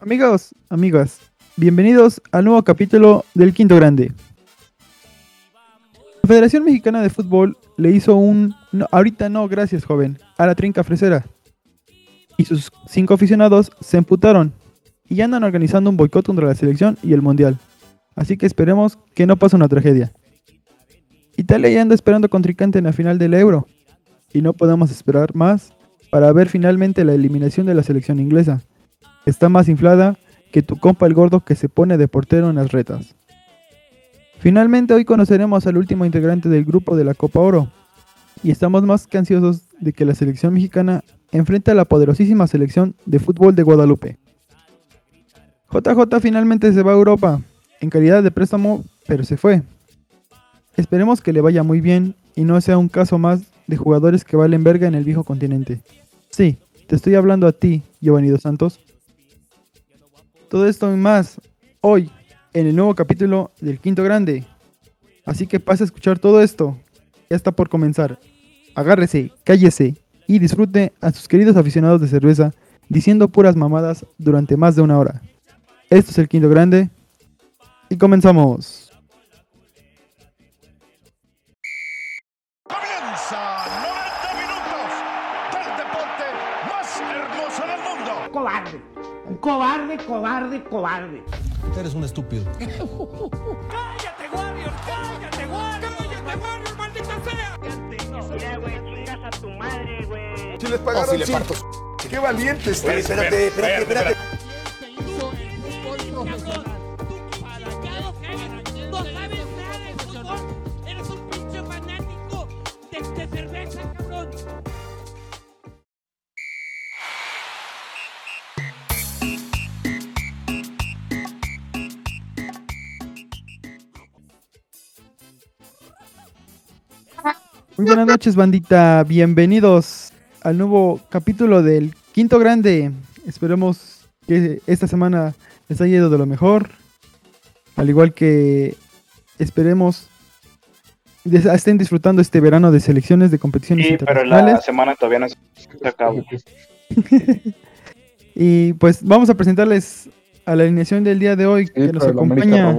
Amigos, amigas, bienvenidos al nuevo capítulo del Quinto Grande. La Federación Mexicana de Fútbol le hizo un "No, ahorita no, gracias joven, a la trinca fresera. Y sus cinco aficionados se emputaron y ya andan organizando un boicot contra la selección y el mundial. Así que esperemos que no pase una tragedia. Italia ya anda esperando contrincante en la final del Euro y no podemos esperar más para ver finalmente la eliminación de la selección inglesa. Está más inflada que tu compa el gordo que se pone de portero en las retas. Finalmente hoy conoceremos al último integrante del grupo de la Copa Oro y estamos más que ansiosos de que la selección mexicana enfrente a la poderosísima selección de fútbol de Guadalupe. JJ finalmente se va a Europa en calidad de préstamo, pero se fue. Esperemos que le vaya muy bien y no sea un caso más de jugadores que valen verga en el viejo continente. Sí, te estoy hablando a ti, Giovanni Dos Santos. Todo esto y más hoy en el nuevo capítulo del Quinto Grande. Así que pasa a escuchar todo esto. Ya está por comenzar. Agárrese, cállese y disfrute a sus queridos aficionados de cerveza diciendo puras mamadas durante más de una hora. Esto es el Quinto Grande y comenzamos. Comienza 90 minutos del deporte más hermoso del mundo. cobarde. Un cobarde, cobarde, cobarde. Eres un estúpido. ¡Cállate, Warrior! ¡Cállate, Warrior! ¡Cállate, Warrior, maldita sea! Mira, güey, chingas a tu madre, güey. Si les pagaron sí. Qué valientes. espérate, espérate, espérate. ¡No sabes nada de fútbol! ¡Eres un pinche fanático de, de cerveza, cabrón! Muy buenas noches, bandita. Bienvenidos al nuevo capítulo del Quinto Grande. Esperemos que esta semana les haya ido de lo mejor. Al igual que esperemos des- estén disfrutando este verano de selecciones de competiciones Sí, pero la internacionales. semana todavía no se se acabó. Y pues vamos a presentarles a la alineación del día de hoy que nos acompaña.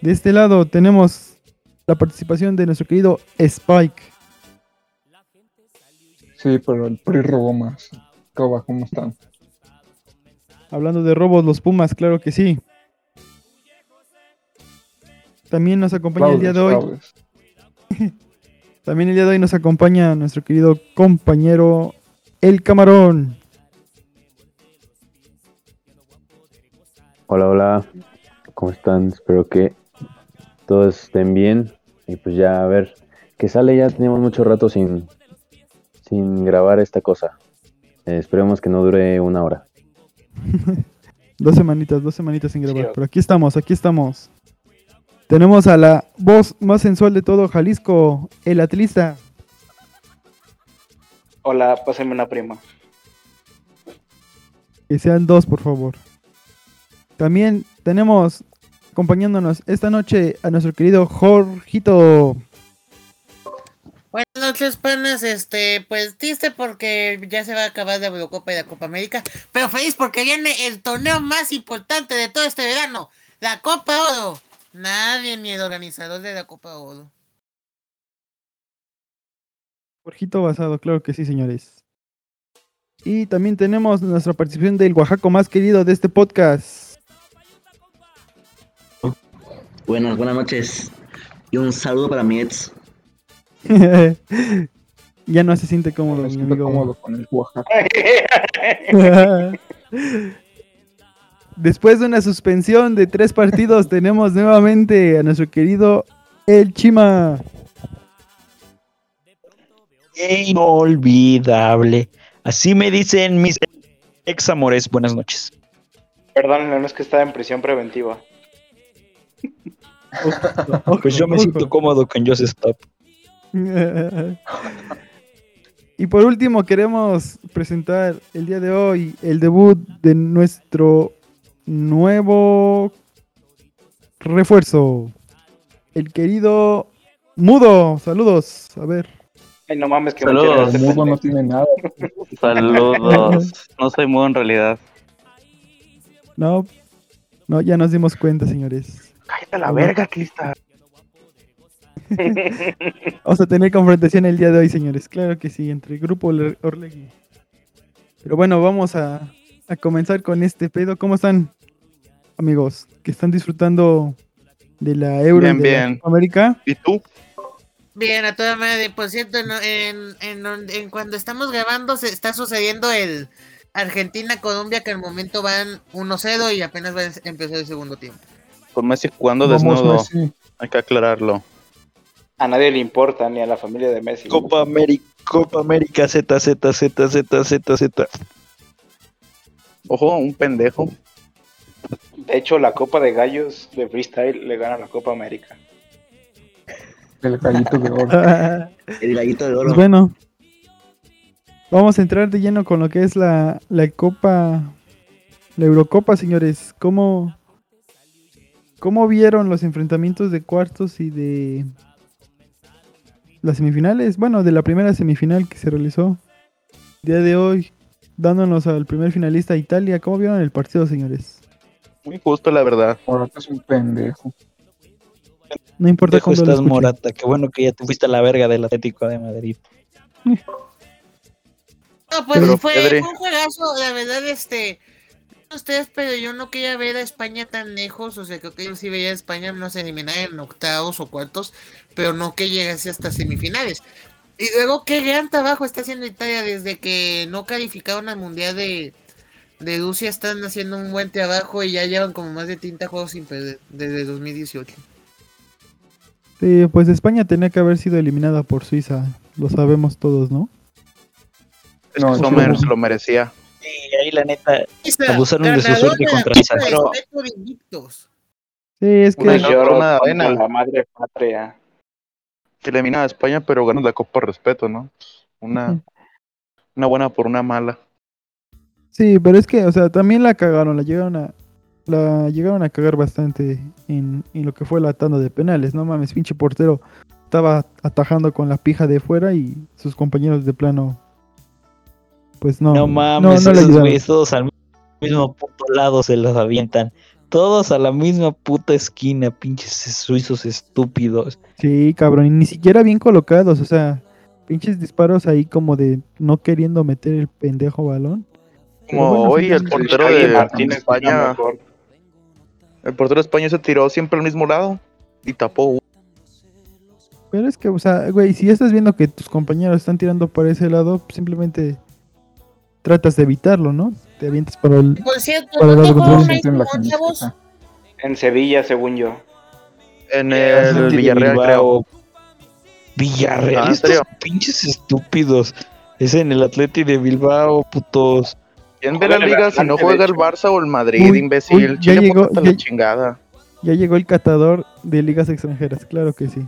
De este lado tenemos la participación de nuestro querido Spike. Sí, pero el PRI robó más. Coba, ¿cómo están? Hablando de robos, los Pumas, claro que sí. También nos acompaña el día de hoy. Fraudes, fraudes. También el día de hoy nos acompaña nuestro querido compañero El Camarón. Hola, hola. ¿Cómo están? Espero que todos estén bien. Y pues ya a ver qué sale. Ya teníamos mucho rato sin, sin grabar esta cosa. Eh, esperemos que no dure una hora. Dos semanitas, dos semanitas sin grabar. Sí. Pero aquí estamos, aquí estamos. Tenemos a la voz más sensual de todo Jalisco, el atlista. Hola, pásenme una prima. Que sean dos, por favor. También tenemos acompañándonos esta noche a nuestro querido Jorgito. Buenas noches, panas. Este, pues triste porque ya se va a acabar la Eurocopa y la Copa América, pero feliz porque viene el torneo más importante de todo este verano, la Copa Oro. Nadie ni el organizador de la Copa Oro. Jorgito Basado, claro que sí, señores. Y también tenemos nuestra participación del Oaxaco más querido de este podcast. Buenas, buenas noches. Y un saludo para mi ex. ya no se siente cómodo, Me mi siento amigo. cómodo con el Oaxaca. Después de una suspensión de tres partidos, tenemos nuevamente a nuestro querido El Chima. Inolvidable. Así me dicen mis ex amores. Buenas noches. Perdón, no es que estaba en prisión preventiva. Pues yo me siento Cómodo con Joseph Stop. y por último, queremos presentar el día de hoy el debut de nuestro nuevo refuerzo, el querido Mudo. Saludos, a ver. Ay, no mames, que Pero me el quieren hacer mudo no tiene nada. Saludos. No soy mudo en realidad. No, no, ya nos dimos cuenta, señores. Cállate a la verga, Crista. Vamos a tener confrontación el día de hoy, señores. Claro que sí, entre el grupo Orle- Orlegui. Pero bueno, vamos a, a comenzar con este pedo. ¿Cómo están, amigos? Que están disfrutando de la Euro Bien, y de la bien. América. ¿Y tú? Bien, a toda madre. Por cierto, en, en- en- en cuando estamos grabando se está sucediendo el Argentina-Colombia, que al momento van 1-0 y apenas va a empezar el segundo tiempo. Con Messi jugando Vamos, desnudo. Messi. Hay que aclararlo. A nadie le importa, ni a la familia de Messi. Copa América, Copa América, Z, Z, Z, Z, Z, Z. Ojo, un pendejo. De hecho, la Copa de Gallos de Freestyle le gana la Copa América. El gallito de oro. El gallito de oro. Pues bueno, vamos a entrar de lleno con lo que es la, la Copa, la Eurocopa, señores. ¿Cómo, ¿Cómo vieron los enfrentamientos de cuartos y de las semifinales? Bueno, de la primera semifinal que se realizó día de hoy, dándonos al primer finalista Italia. ¿Cómo vieron el partido, señores? Muy justo, la verdad. Morata es un pendejo. No importa Dejo cuándo lo estás escuchen. Morata, qué bueno que ya te fuiste a la verga del Atlético de Madrid. No, pues Pero, fue, Pedri. fue un juegazo, la verdad, este. no sé Ustedes, pero yo no quería ver a España tan lejos, o sea, creo que yo sí veía a España, no sé, eliminar en octavos o cuartos, pero no que llegase hasta semifinales. Y luego, qué gran trabajo está haciendo Italia desde que no calificaron al Mundial de, de Rusia, están haciendo un buen trabajo y ya llevan como más de 30 juegos sin perder desde 2018. Sí, pues España tenía que haber sido eliminada por Suiza, lo sabemos todos, ¿no? Es que Sommer se lo merecía. Y ahí la neta, Suiza, abusaron de su ganadora suerte de la contra Copa Suiza. del Pero Metro de Invictos. Sí, es Una que lloro Lloro de contra arena. La madre patria. Que elimina a España, pero ganas la Copa Respeto, ¿no? Una, una buena por una mala. Sí, pero es que, o sea, también la cagaron, la llegaron a, la llegaron a cagar bastante en, en lo que fue la tanda de penales, no mames, pinche portero estaba atajando con la pija de fuera y sus compañeros de plano, pues no, no mames, no, le esos ayudaron. güeyes todos al mismo puto lado se los avientan. Todos a la misma puta esquina, pinches suizos estúpidos. Sí, cabrón, y ni siquiera bien colocados, o sea, pinches disparos ahí como de no queriendo meter el pendejo balón. Pero Como bueno, hoy, el finalmente- portero Javi de Martínez era España. mejor. El portero de España se tiró siempre al mismo lado y tapó. Pero es que, o sea, güey, si ya estás viendo que tus compañeros están tirando para ese lado, pues, simplemente tratas de evitarlo, ¿no? Te avientas para el... Por cierto, Para ¿no dar tocó control una en la con chavos? En Sevilla, según yo. En el Atlético Villarreal, Bilbao. creo. Villarreal, Ah, ¿en estos serio? pinches estúpidos. Es en el Atleti de Bilbao, putos. ¿Quién ve la Joder, liga el si no Atlante, juega de el Barça o el Madrid, Uy, uy, imbécil? ya Chile, llegó, póngate la ya- chingada. Ya llegó el catador de ligas extranjeras, claro que sí.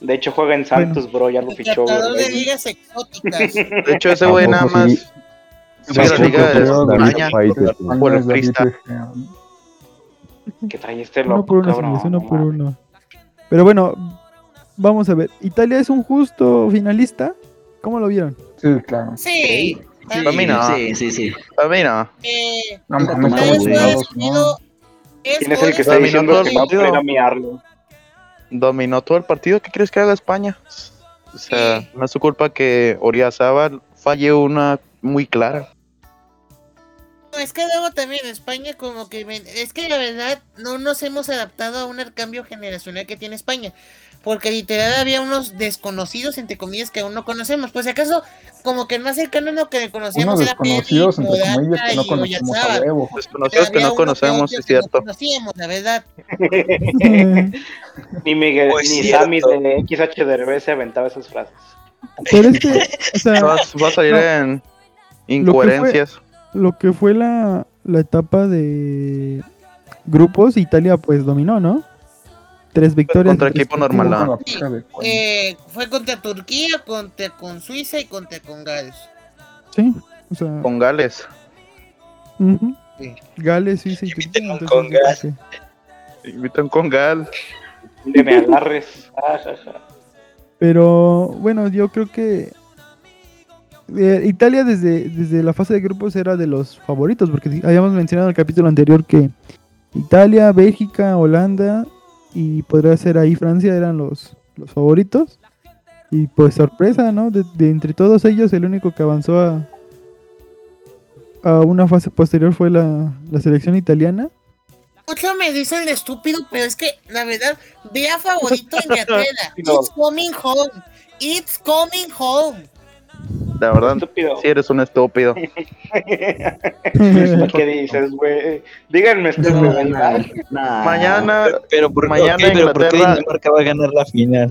De hecho, juega en Santos, bro. Ya lo fichó, güey. Tratador de ligas exóticas. De hecho, ese güey nada Tampoco más. sí. Sí, la liga de Tampoco creo, España. David País, ¿no? O el Crista. eh, Que trae este Uno loco, por uno, cabrón. señores, uno por uno. Pero bueno, vamos a ver. ¿Italia es un justo finalista? ¿Cómo lo vieron? Sí, claro. Sí. Para mí no. Sí, sí, sí. Para mí no. Eh, No mames, tres estamos goles chingados, unido, tres ¿Quién es el goles que está Dominó diciendo todo que el va a partido. poner a miarlo? Dominó todo el partido. ¿Qué crees que haga España? O sea, no es su culpa que Oriazábal falle una muy clara. No, es que luego también España como que ven- es que la verdad no nos hemos adaptado a un cambio generacional que tiene España. Porque literal había unos desconocidos, entre comillas, que aún no conocemos. Pues si acaso, como que el más cercano lo que conocíamos Unos era Pedri, desconocidos, entre Morata comillas, que no y conocemos a Oyarzabal. huevo. Desconocidos que Había no uno que conocemos, otro es que no cierto. conocíamos, la verdad. Ni Miguel, Pues ni cierto. Sammy de XH Derbez se aventaba esas frases. Pero es que, o sea... Vas- Va a salir No. en Lo que fue- incoherencias. Lo que fue la, la etapa de grupos, Italia pues dominó, ¿no? Tres victorias. contra tres equipo partidos. normal, ¿no? Eh, fue contra Turquía, contra con Suiza y contra con Gales. ah. Sí, o sea, Con Gales. ujú. Sí. Gales, Suiza y Turquía. entonces, con gas. sí. Invitan con Gal. De me agarres. Ah, ja, ja. Pero bueno, yo creo que eh, Italia desde, desde la fase de grupos era de los favoritos, porque habíamos mencionado en el capítulo anterior que Italia, Bélgica, Holanda y podría ser ahí Francia eran los, los favoritos. Y pues sorpresa, ¿no? De, de entre todos ellos, el único que avanzó a, a una fase posterior fue la, la selección italiana. Mucho me dicen el estúpido, pero es que la verdad, vea favorito Inglaterra. No. It's coming home. It's coming home. La verdad, sí eres un estúpido. ¿Qué dices, güey? Díganme, este estúpido. ¿verdad? Mañana, Ah. pero por, mañana ok, pero ¿por qué Inglaterra- Dinamarca va a ganar la final?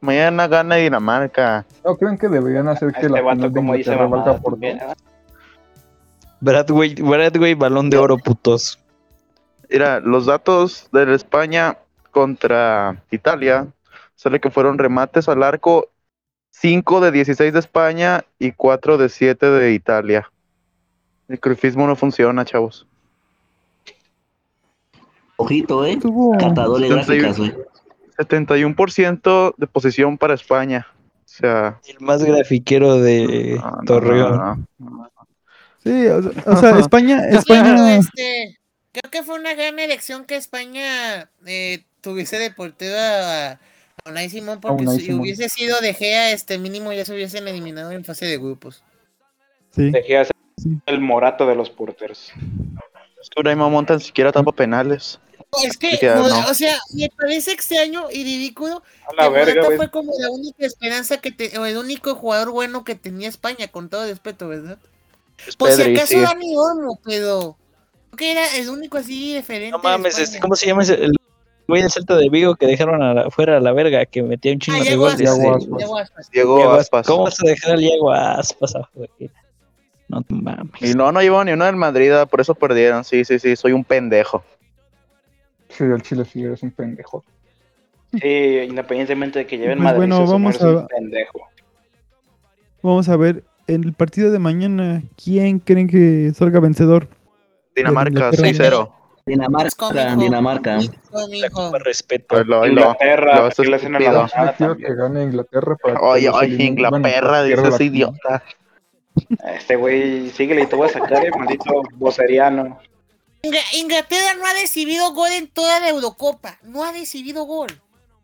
Mañana gana Dinamarca. ¿No creen que deberían hacer que este la vato, final de como dice Inglaterra mamadas valga por también, dos? Bradway, Bradway, balón de oro, putos. Mira, los datos de España contra Italia sale que fueron remates al arco 5 de 16 de España y 4 de 7 de Italia. El crufismo no funciona, chavos. Ojito, ¿eh? Tuvo- Catadores gráficas, güey. 71% de posición para España. O sea, El más grafiquero de Torreón. Sí, o, sea- o sea, España, Pero, España, este, creo que fue una gran elección que España eh, tuviese de portero a, a Unai Simón, porque Unai si Simón. hubiese sido de Gea, este mínimo ya se hubiesen eliminado en fase de grupos. Dejé hacer el morato de los porteros. es que Urayma Monta ni siquiera tapa penales. Es que, Ya, Mora- no. o sea, me parece extraño y ridículo. la que Morata verga, güey. pues, fue como la única esperanza que te, o el único jugador bueno que tenía España, con todo respeto, ¿verdad? Por Pues si Pedri, acaso sí. Dani Olmo, pero creo que era el único así diferente. No mames, este, ¿cómo se llama ese? El güey del Celta de Vigo que dejaron a la- fuera a la verga, que metía un chingo de Diego goles. Aspas, eh, Diego Aspas. Diego Aspas. ¿Cómo vas a dejar al Diego Aspas afuera? No te mames. Y no, no llevó ni uno del Madrid, ah, por eso perdieron. Sí, sí, sí, soy un pendejo. Sí, el Chile sí eres un pendejo. Sí, independientemente de que lleven Pues Madrid, bueno, se supone vamos que es un a- pendejo. vamos a ver en el partido de mañana, ¿quién creen que salga vencedor? Dinamarca, Inglaterra. 6-0. Dinamarca, Dinamarca. respeto. Pues Inglaterra, aquí le hacen a la Yo bajada prefiero que gane Inglaterra para que Oye, los oye, eliminen. Bueno, Inglaterra, pierda dices la- idiota. Este güey, síguele y te voy a sacar, eh, maldito voceriano. Inga- Inglaterra no ha recibido gol en toda la Eurocopa. No ha recibido gol.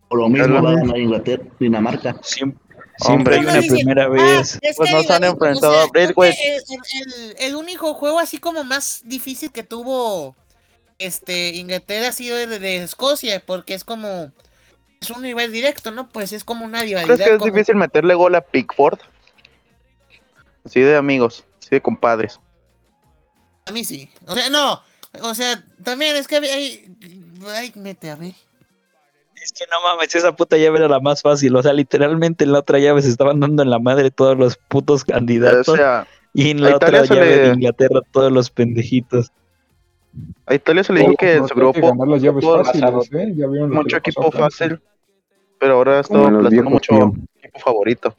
Por lo mismo va a ganar Inglaterra, Dinamarca. Siempre hay una Dicen, primera "Ah, vez. es Pues que no se han digamos, enfrentado o sea, a pues. Braithwaite. creo que El, el- el único juego así como más difícil que tuvo este Inglaterra ha sido el de Escocia, porque es como es un nivel directo, ¿no? Pues es como una rivalidad. ¿Crees que es como- difícil meterle gol a Pickford? Así de amigos, así de compadres. A mí sí. O sea, no. O sea, también es que hay. Ay, mete a ver. Es que no mames, esa puta llave era la más fácil. O sea, literalmente en la otra llave se estaban dando en la madre todos los putos candidatos. O sea, y en a la otra Italia se llave de le- Inglaterra todos los pendejitos. A Italia se le Oh, dijo que en su grupo tuvo fáciles, ¿eh? Ya vieron mucho lo que le pasó equipo a Francia. fácil, pero ahora está Como en los aplastando viejos mucho tiempos. equipo favorito.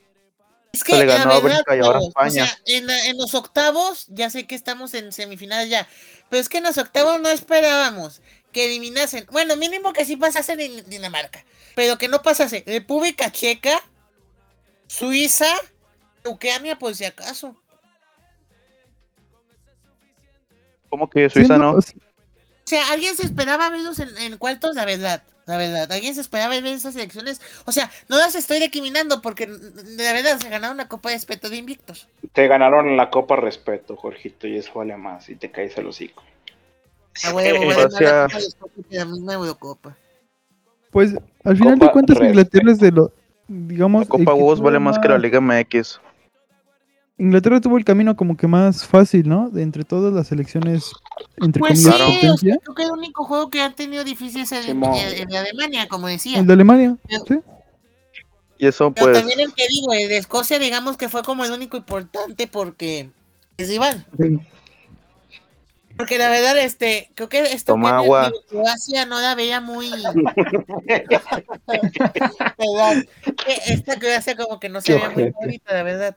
Es se le la ganó a verdad, Bélgica y ahora a chavos, España. O sea, en, la- en los octavos, ya sé que estamos en semifinales ya, pero es que en los octavos no esperábamos que eliminasen. Bueno, mínimo que sí pasasen en Dinamarca, pero que no pasase República Checa, Suiza, Ucrania, por si acaso. ¿Cómo que Suiza no? O sea, alguien se esperaba verlos en, en cuartos, la verdad. La verdad, alguien se esperaba ver esas elecciones. O sea, no las estoy recriminando porque la verdad se ganaron la Copa de Espeto de Invictos. Te ganaron la Copa Respeto, Jorgito, y eso vale más, y te caes el hocico. A huevo, O va a ganar sea- la Copa de Espeto de la misma Eurocopa. Pues al final de Copa cuentas Red. Inglaterra es de los, digamos, La Copa el que UOS tuvo vale más que la más- Liga MX. Inglaterra tuvo el camino como que más fácil, ¿no? De entre todas las selecciones, entre Pues sí, comillas, o sea, potencia. creo que el único juego que han tenido difícil es el, Simón. el- el de Alemania, como decía. El de Alemania, Pero- sí. Y eso Pero pues también el que digo, el de Escocia, digamos que fue como el único importante porque es rival. Porque la verdad, este, creo que esto Toma agua. Croacia no la veía muy. Perdón. Eh, Esta Croacia como que no se Qué veía muy ojete. favorita, la verdad.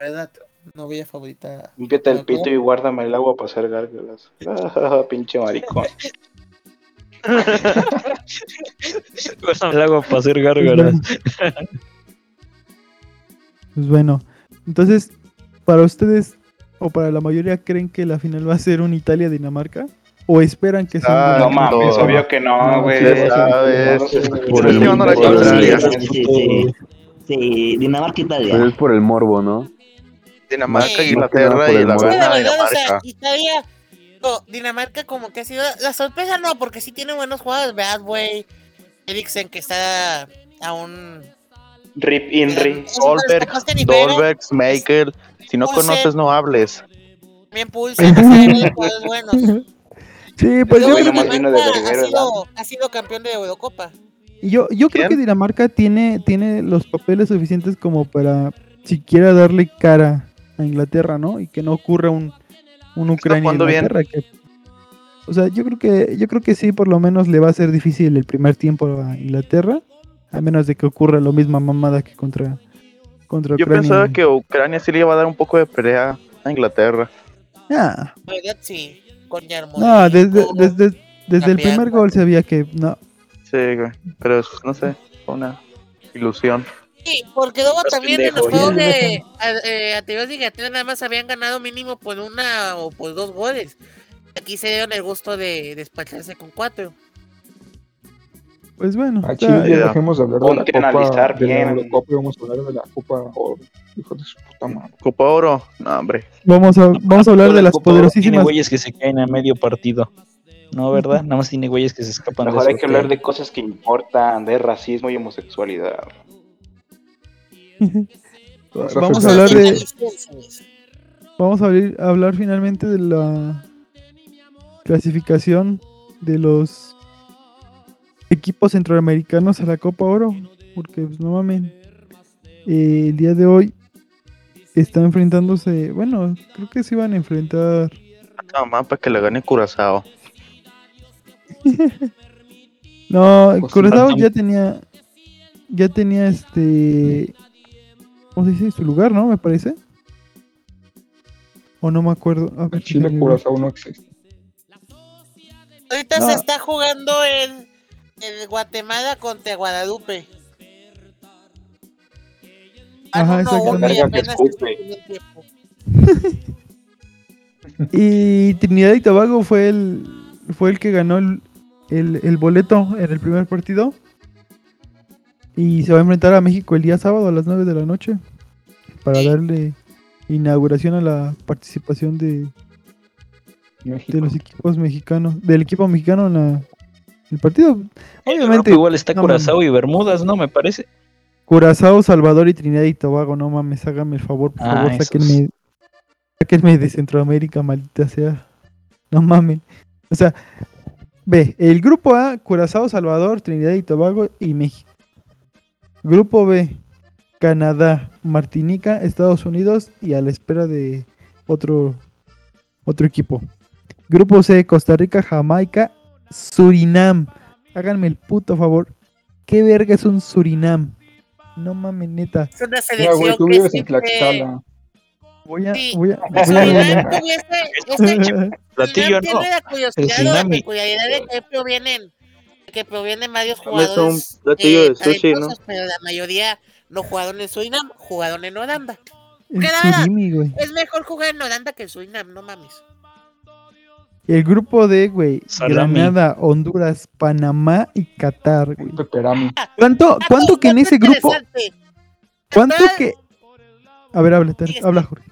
La verdad, no veía favorita. Límpiate el pito y guárdame el agua para hacer gárgaras. Ah, Pinche maricón. el agua para hacer gárgaras. Pues bueno, Entonces, para ustedes o para la mayoría, ¿creen que la final va a ser un Italia-Dinamarca? ¿O esperan que sea Ah, no mames, obvio que no, güey. Ya sabes. Por el Llevando la mundo, contraria. sí, Sí, sí, sí, Dinamarca, Pero Italia. es por el morbo, ¿no? Dinamarca, Más- más que nada Inglaterra por y el la morbo. gana O sea, Dinamarca. Italia, no, Dinamarca como que ha sido la sorpresa no, porque sí tiene buenos jugadores, ¿verdad, güey? Eriksen que está eh, aún Rip Inri. Dolberg, Dolberg, Michael. Si no Pulsen. conoces, no hables. bien pulso, no sé, hay jugadores buenos. Pues Sí, pues Pero yo, Dinamarca vino de verguero, ha, sido, ha sido campeón de Eurocopa. yo, yo creo que Dinamarca tiene, tiene los papeles suficientes como para siquiera darle cara a Inglaterra, ¿no? Y que no ocurra un, un jugando bien. Ucrania-Inglaterra. que- O sea, yo creo, que, yo creo que sí, por lo menos le va a ser difícil el primer tiempo a Inglaterra, a menos de que ocurra lo misma mamada que contra, contra Yo Ucrania. pensaba que Ucrania sí le iba a dar un poco de pelea a Inglaterra. Ah, La verdad sí, con Yarmo. no, desde, desde, desde el Cambiar, primer gol se veía que no, Sí, güey. Pero es- no sé, fue una ilusión. Sí, porque luego Estás también en los pendejo, juegos ya. de a- eh, anteriores de Inglaterra nada más habían ganado mínimo por una o por dos goles. Aquí se dieron el gusto de despacharse con cuatro. pues bueno. A está- Chile ya dejemos de hablar de la Ponte a Copa, analizar de la bien. Eurocopa y vamos a hablar de la Copa Oro. Hijo de su puta madre. Copa Oro, no, hombre. Vamos a, vamos a hablar de las Tiene poderosísimas. güeyes que se caen a medio partido. No, ¿verdad? Nada más tiene güeyes que se escapan. Mejor hay que hablar de cosas que importan, de racismo y homosexualidad. Vamos a hablar de. Vamos a abrir- a hablar finalmente de la clasificación de los equipos centroamericanos a la Copa Oro. Porque, pues, no mamen. eh, el día de hoy está enfrentándose. Bueno, creo que se iban a enfrentar. No, más para que le gane Curazao. No, Pues sí, Curazao faltan- ya tenía. Ya tenía este. ¿Cómo se dice? Su lugar, ¿no? Me parece. O no me acuerdo. Ah, A ver, Chile, déjame ver. Curazao no existe. Ahorita No. se está jugando en, en Guatemala contra Guadalupe. Ah, Ajá, Uno a uno y exactamente. apenas está perdiendo el tiempo. Y Trinidad y Tobago fue el fue el que ganó el, el- el boleto en el primer partido. Y se va a enfrentar a México el día sábado a las 9 de la noche para darle inauguración a la participación de, de los equipos mexicanos, del equipo mexicano en la- el partido. Obviamente igual está No, Curazao y Bermudas, ¿no? Me parece. Curazao, Salvador y Trinidad y Tobago, no mames, hágame el favor, por Ah, favor, esos. sáquenme, sáquenme de Centroamérica, maldita sea. No mames. O sea, ve, el grupo A, Curazao, Salvador, Trinidad y Tobago y México. Grupo B, Canadá, Martinica, Estados Unidos y a la espera de otro otro equipo. Grupo C, Costa Rica, Jamaica, Surinam. Háganme el puto favor. ¿Qué verga es un Surinam? No mames, neta. Es una Mira, selección güey, tú que vives en siempre- Tlaxcala. Voy a, voy a, Surinam voy a- tuviese- este- Platillo Surinam no. tiene la El curiosidad o la tsunami. peculiaridad de que provienen, de que provienen varios Dame tú un jugadores eh, platillo de sushi, talentosos, ¿no? pero la mayoría no jugaron en Surinam, jugaron en Holanda. El Que la verdad, surimi, güey. es mejor jugar en Holanda que en Surinam, no mames. El grupo D, güey. Salami. Granada, Honduras, Panamá y Qatar, güey. Ah, ¿Cuánto, cuánto que en ese grupo? Interesante. ¿Cuánto que.? A ver, habla, Ter- habla, Jorge.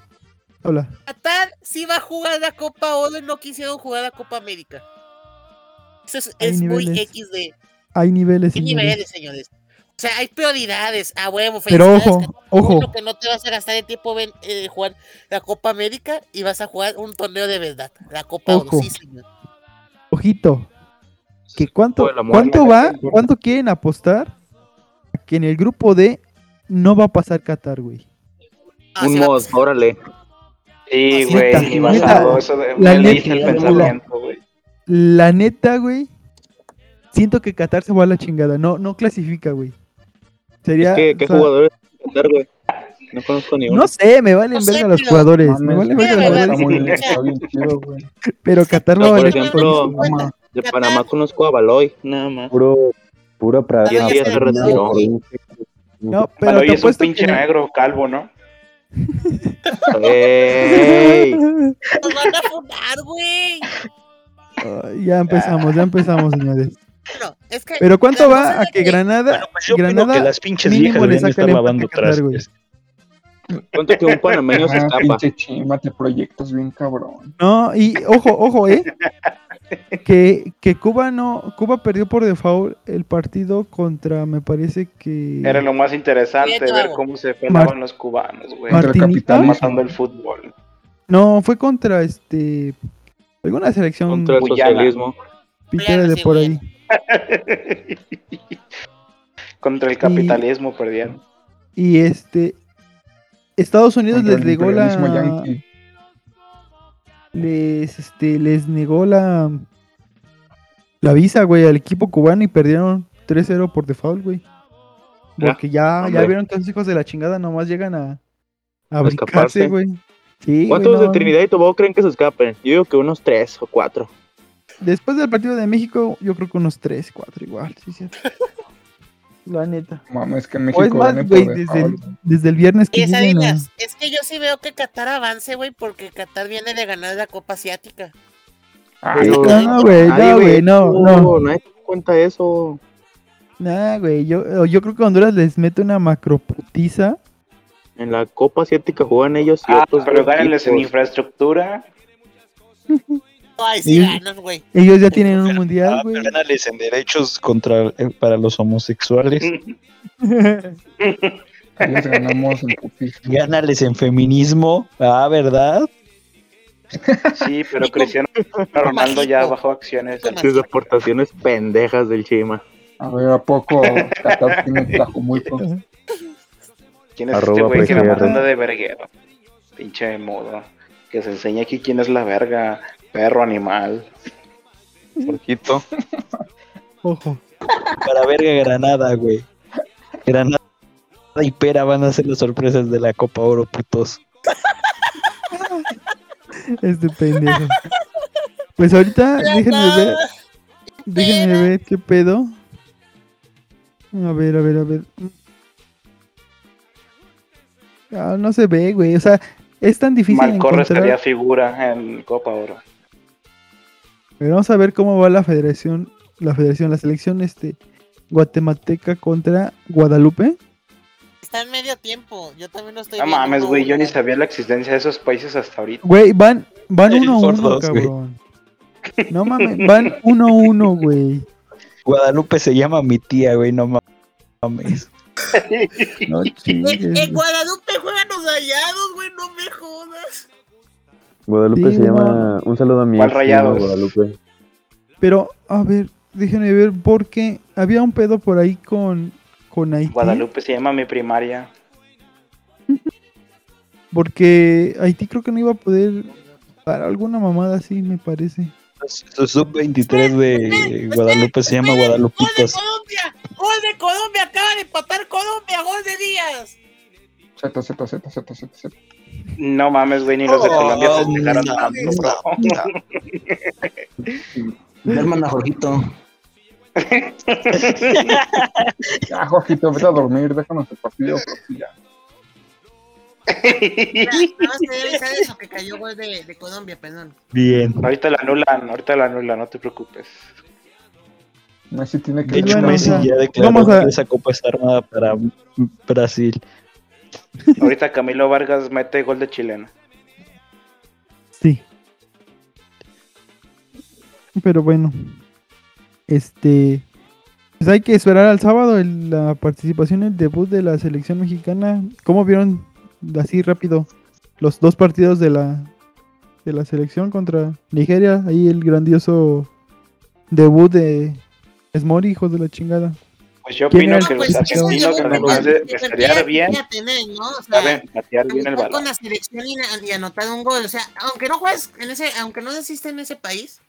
Habla. Qatar sí va a jugar la Copa Oro y no quisieron jugar la Copa América. Eso es, Hay es muy niveles. XD. Hay niveles, ¿Qué señores. niveles, señores? O sea, hay prioridades. A huevo, Pero felicidades, ojo, Qatar. ojo. Lo que no te vas a gastar el tiempo en eh, jugar la Copa América y vas a jugar un torneo de verdad. La Copa Oro, Ojo. sí, señor. Ojito. Que cuánto, del amor. ¿Cuánto Ahí va? ¿Cuánto quieren apostar? a Que en el grupo D no va a pasar Qatar, güey. Ah, Un mod, órale. Sí, güey, güey, Ah, neta, y neta, basado eso de, la me leíste neta, el la- pensamiento, güey. La neta, güey. Siento que Qatar se va a la chingada. No, no clasifica, güey. Sería. Es que, ¿qué o sea, jugadores Qatar, güey? No conozco ni uno. No sé, me valen No sé, verga los pero- jugadores. me Mames, valen verga los pero- jugadores. Está muy bien, Está bien chido, güey. Pero Qatar No, no por vale ejemplo, de Panamá conozco a Baloy, nada más. Puro, puro pra- Y el día se retiró. No, Pero pero hoy te es un apuesto que pinche en el- negro calvo, ¿no? ¡Ey! ¡Nos van a funar, güey! Ay, ya empezamos, ya empezamos, señores. Bueno, es que Pero ¿cuánto la va cosa a es que Granada, Bueno, pues yo opino Granada que las pinches mínimo viejas le deben saca estar el empate lavando a Qatar, güey? trastes. Cuento que un panameño se Ah, escapa. pinche chima, te proyectas bien cabrón. No, y ojo, ojo, ¿eh? que, que Cuba no, Cuba perdió por default el partido contra, me parece que... Era lo más interesante Bien, ver chavo. cómo se peleaban Mar- los cubanos, güey. Martinica. Están matando el fútbol. No, fue contra este... Alguna selección Contra el Guyana. socialismo. pitera de por ahí. Contra el capitalismo perdieron. Y este... Estados Unidos Contra les el negó imperialismo la... yanqui. Les, este, les negó la... La visa, güey, al equipo cubano y perdieron 3-0 por default, güey. Ya, Porque ya, ya hombre. vieron que esos hijos de la chingada nomás llegan a... A A escaparse. brincarse, güey. Sí, güey, ¿Cuántos de no, Trinidad y Tobago creen que se escapen? Yo digo que unos tres o cuatro. Después del partido de México, yo creo que unos 3, 4 igual, sí, sí. La neta. Mames, que O es México Pues más, gane güey, por desde, el- default. desde el viernes que Y lleguen a- Salinas, es que yo sí veo que Qatar avance, güey, porque Qatar viene de ganar la Copa Asiática. Ah, Ay, Pero- cabrón. No, güey, Nadie, no, güey, no, no. Nadie te cuenta eso. Nah, güey, yo, yo creo que Honduras les mete una macroputiza. En la Copa Asiática juegan ellos y Ah, otros. pues, pero gánenles en equipos. infraestructura. Ay, sí Y- ganas, güey. Ellos ya tienen un mundial, Ah, güey. pero anales en derechos contra eh, para los homosexuales. Les ganamos en putiza. Gánales en feminismo. Ah, ¿verdad? Sí, pero Cristiano Ronaldo ya bajó acciones. Sus aportaciones pendejas del Chima. A ver, ¿a poco Qatar tiene Tlajomulco? ¿Quién es Arroba este güey que la PGR. matando de verguero? Pinche de modo. Que se enseñe aquí quién es la verga. Perro animal. Porquito. Ojo. Para verga Granada, güey. Granada y Pera van a ser las sorpresas de la Copa Oro, putos. Este pendejo. Pues ahorita, déjenme ver. Déjenme ver qué pedo. A ver, a ver, a ver. Ah, no se ve, güey. O sea, es tan difícil Malcorre encontrar. sería figura en Copa Oro. Pero vamos a ver cómo va la federación, la federación, la selección este guatemalteca contra Guadalupe. Está en medio tiempo. Yo también lo estoy No viendo, mames, güey. Yo ni sabía la existencia de esos países hasta ahorita. Güey, van, van El uno a por uno, dos, güey. cabrón. No mames, van uno a uno, güey. Guadalupe se llama mi tía, güey, no mames. No chingues, En, güey. en Guadalupe juegan los rayados, güey, no me jodas. Guadalupe Sí, se no. llama. Un saludo a mi ¿Cuál ex, se rayados? llama Guadalupe. Pero, a ver, déjenme ver porque había un pedo por ahí con, con Haití. Guadalupe se llama mi primaria. Porque Haití creo que no iba a poder para alguna mamada así, me parece. Su sub-23 de Guadalupe se llama Gol de Guadalupitas. Colombia, gol de Colombia, acaba de empatar Colombia, gol de Díaz. Z, Z, Z, Z, Z, Z. No mames, güey. Ni los de Oh, Colombia festejaron no, tanto. no. Duerman a Jorgito. Ya, Jorgito, vete a dormir, déjanos el partido. pero sí, ya. Mira, Nada más quería avisar eso, que cayó gol de, de Colombia, perdón. Bien. Ahorita la anulan, ahorita la anulan, no te preocupes. Messi tiene que De hecho, Bueno, Messi o sea, ya declaró vamos a- que esa copa está armada para Brasil. Ahorita Camilo Vargas mete gol de chilena. Sí. Pero bueno. Este. Pues hay que esperar al sábado el- la participación, el debut de la selección mexicana. ¿Cómo vieron así rápido los dos partidos de la, de la selección contra Nigeria? Ahí el grandioso debut de Smori, hijos de la chingada. Pues yo ¿Quién opino era el que que los se echó? argentinos, además de, de estarear bien, a tener, ¿no? O sea, saben patear bien el debutar con balón. la selección y, na- y anotar un gol. O sea, aunque no juegues en ese, aunque no existe en ese país,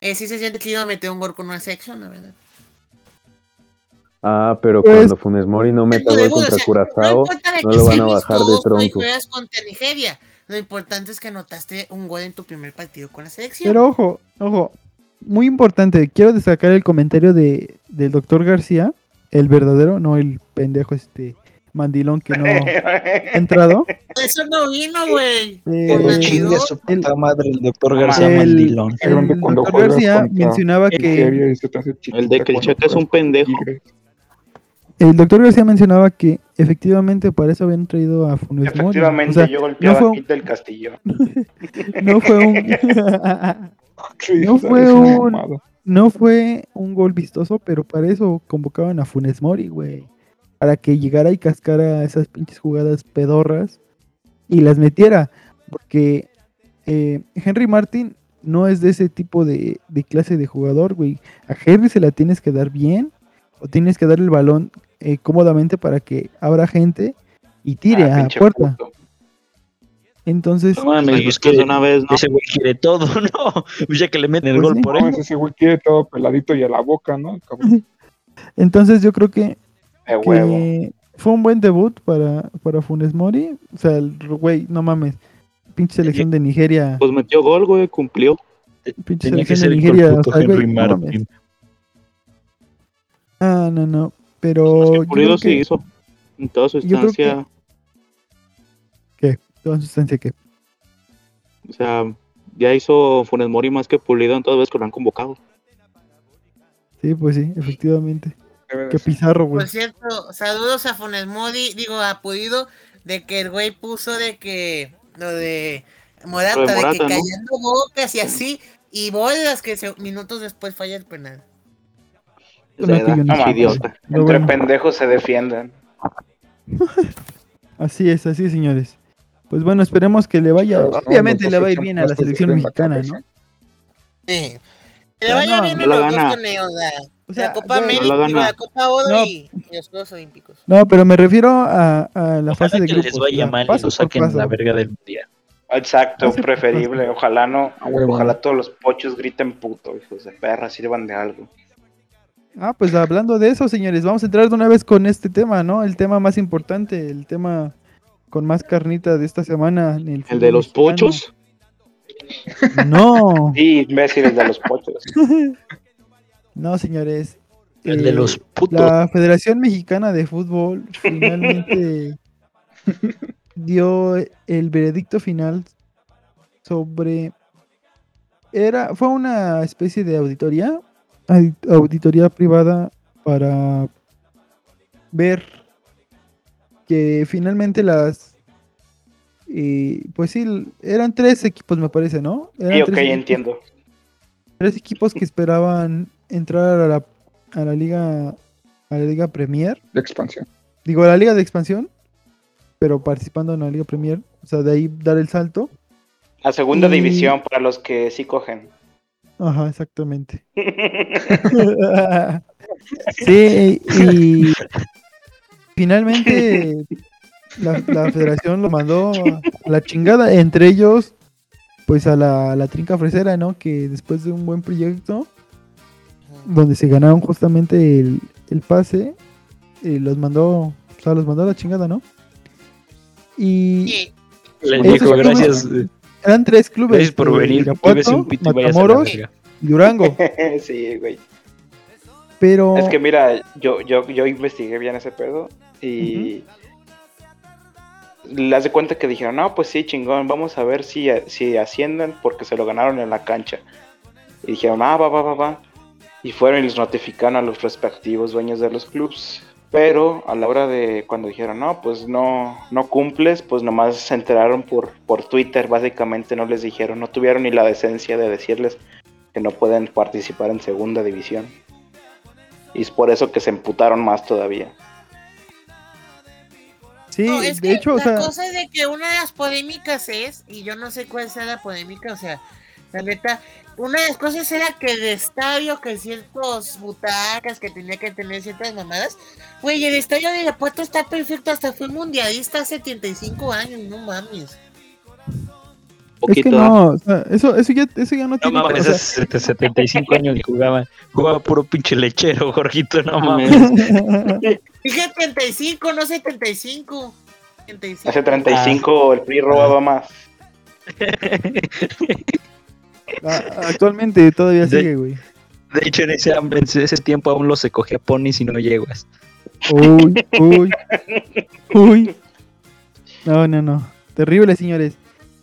eh, sí se siente que iba a meter un gol con una selección, la verdad. Ah, pero Pues- cuando Funes Mori no meta Lo de gol gol, o contra sea, Curazao, importa de no que lo van sean a los bajar de dos, güey, tronco. juegas contra Nigeria. Lo importante es que anotaste un gol en tu primer partido con la selección. Pero ojo, ojo, muy importante, quiero destacar el comentario de, del doctor García, el verdadero, no el pendejo este mandilón que no ha entrado. Eso no vino, güey. Eh, Pero chingue a su puta madre el doctor García el- Mandilón. el doctor García mencionaba que- El de que el Chaca es un pendejo. El doctor García mencionaba que efectivamente para eso habían traído a Funes Mori. Efectivamente, O sea, yo golpeaba no a fue, Pete del Castillo. no fue un... no fue un... No fue un gol vistoso, pero para eso convocaban a Funes Mori, güey. Para que llegara y cascara esas pinches jugadas pedorras y las metiera. Porque eh, Henry Martin no es de ese tipo de, de clase de jugador, güey. A Henry se la tienes que dar bien o tienes que dar el balón eh, cómodamente para que abra gente y tire Ah, a pinche puerta. Entonces, No mames, pues pues, que Ese güey quiere todo, ¿no? Ya que le meten el Pues gol sí. por No, él. ese Ese güey quiere todo peladito y a la boca, ¿no? Cabrón. entonces yo creo que, De que fue un buen debut para, para Funes Mori. O sea, el güey, no mames, pinche selección de Nigeria. Pues metió gol, güey, cumplió. Pinche Tenía que selección ser de Nigeria, el puto o sea, güey, Henry no Martin. mames. Ah, no, no. Pero yo creo Pulido sí Pues que, hizo. En toda su yo creo que- instancia. que toda sustancia que O sea, ya hizo Funes Mori más que Pulido en todas las veces que lo han convocado. sí, pues sí, efectivamente. Qué pizarro, güey. Por cierto, saludos a Funes Mori, digo, a Pulido, de que el güey puso de que lo de Morata, Lo de, de que Morata, ¿no? callando bocas y así, y bolas que se- minutos después falla el penal. Yo no estoy No viendo mames, eso. Pero Entre bueno. pendejos se defienden. Así es, así es, señores. Pues bueno, esperemos que le vaya. Pero son Obviamente los le va a ir dos bien a la equipos que selección tienen la mexicana, cabeza. ¿no? Sí. Que le vaya no, bien no a lo los dos gana. torneos, la, sea, la Copa no lo América, digo, gana. la Copa Oro No. y, y los Juegos Olímpicos. No, pero me refiero a, a la fase de que les grupos. vaya o sea, mal y paso lo por saquen a paso. la verga del mundial. Exacto, preferible. Ojalá no. huevo. Ojalá todos los pochos griten puto, hijos de perra, sirvan de algo. Ah, pues hablando de eso, señores, vamos a entrar de una vez con este tema, ¿no? El tema más importante, el tema con más carnita de esta semana. en el, El de fútbol los mexicano. pochos. No. Sí, imbéciles de los pochos. No, señores. eh, El de los putos. La Federación Mexicana de Fútbol finalmente dio el veredicto final sobre era fue una especie de auditoría audi- auditoría privada para ver que finalmente las eh, pues sí l- eran tres equipos me parece no eran Y ok, tres, equipos, entiendo. tres equipos que esperaban entrar a la, a la liga a la liga premier expansión. digo, a la liga de expansión, pero participando en la liga premier, o sea, de ahí dar el salto. A segunda Y- división para los que sí cogen. Ajá, exactamente. sí, y finalmente la, la federación lo mandó a la chingada, entre ellos, pues a la, a la trinca fresera, ¿no? Que después de un buen proyecto, donde se ganaron justamente el, el pase, eh, los mandó, o sea, los mandó a la chingada, ¿no? Y... Le Esos dijo, clubes gracias. eh, Eran tres clubes. Gracias por eh, venir, Irapuato, llévese un pito y váyase a la Matamoros verga. y Durango. sí, güey. Pero Es que mira, yo, yo, yo investigué bien ese pedo y las de cuenta que dijeron, no, pues sí, chingón, vamos a ver si, si ascienden porque se lo ganaron en la cancha. Y dijeron, ah, va, va, va, va. Y fueron y les notificaron a los respectivos dueños de los clubes. Pero a la hora de cuando dijeron, no, pues no, no cumples, pues nomás se enteraron por, por Twitter, básicamente no les dijeron, no tuvieron ni la decencia de decirles que no pueden participar en segunda división. Y es por eso que se emputaron más todavía. sí, No, es de que hecho, o la sea, cosa es de que una de las polémicas es, y yo no sé cuál sea la polémica, o sea, la neta, una de las cosas era que el estadio, que ciertos butacas que tenía que tener ciertas mamadas, güey, el estadio de Irapuato está perfecto, hasta fue mundialista hace 75 años, no mames. es que poquito, no, o sea, eso, eso, ya, eso ya no, No tiene. o mames, sea, hace 75 años este, y jugaba, jugaba puro pinche lechero, Jorgito, no mames. Dije 35, no 75. 75. Hace 35 el PRI Ah. robaba más. a- actualmente todavía De- sigue, güey. De hecho, en ese, en ese tiempo aún lo se cogía ponis y no yeguas. Uy, uy. Uy. No, no, no. Terrible, señores.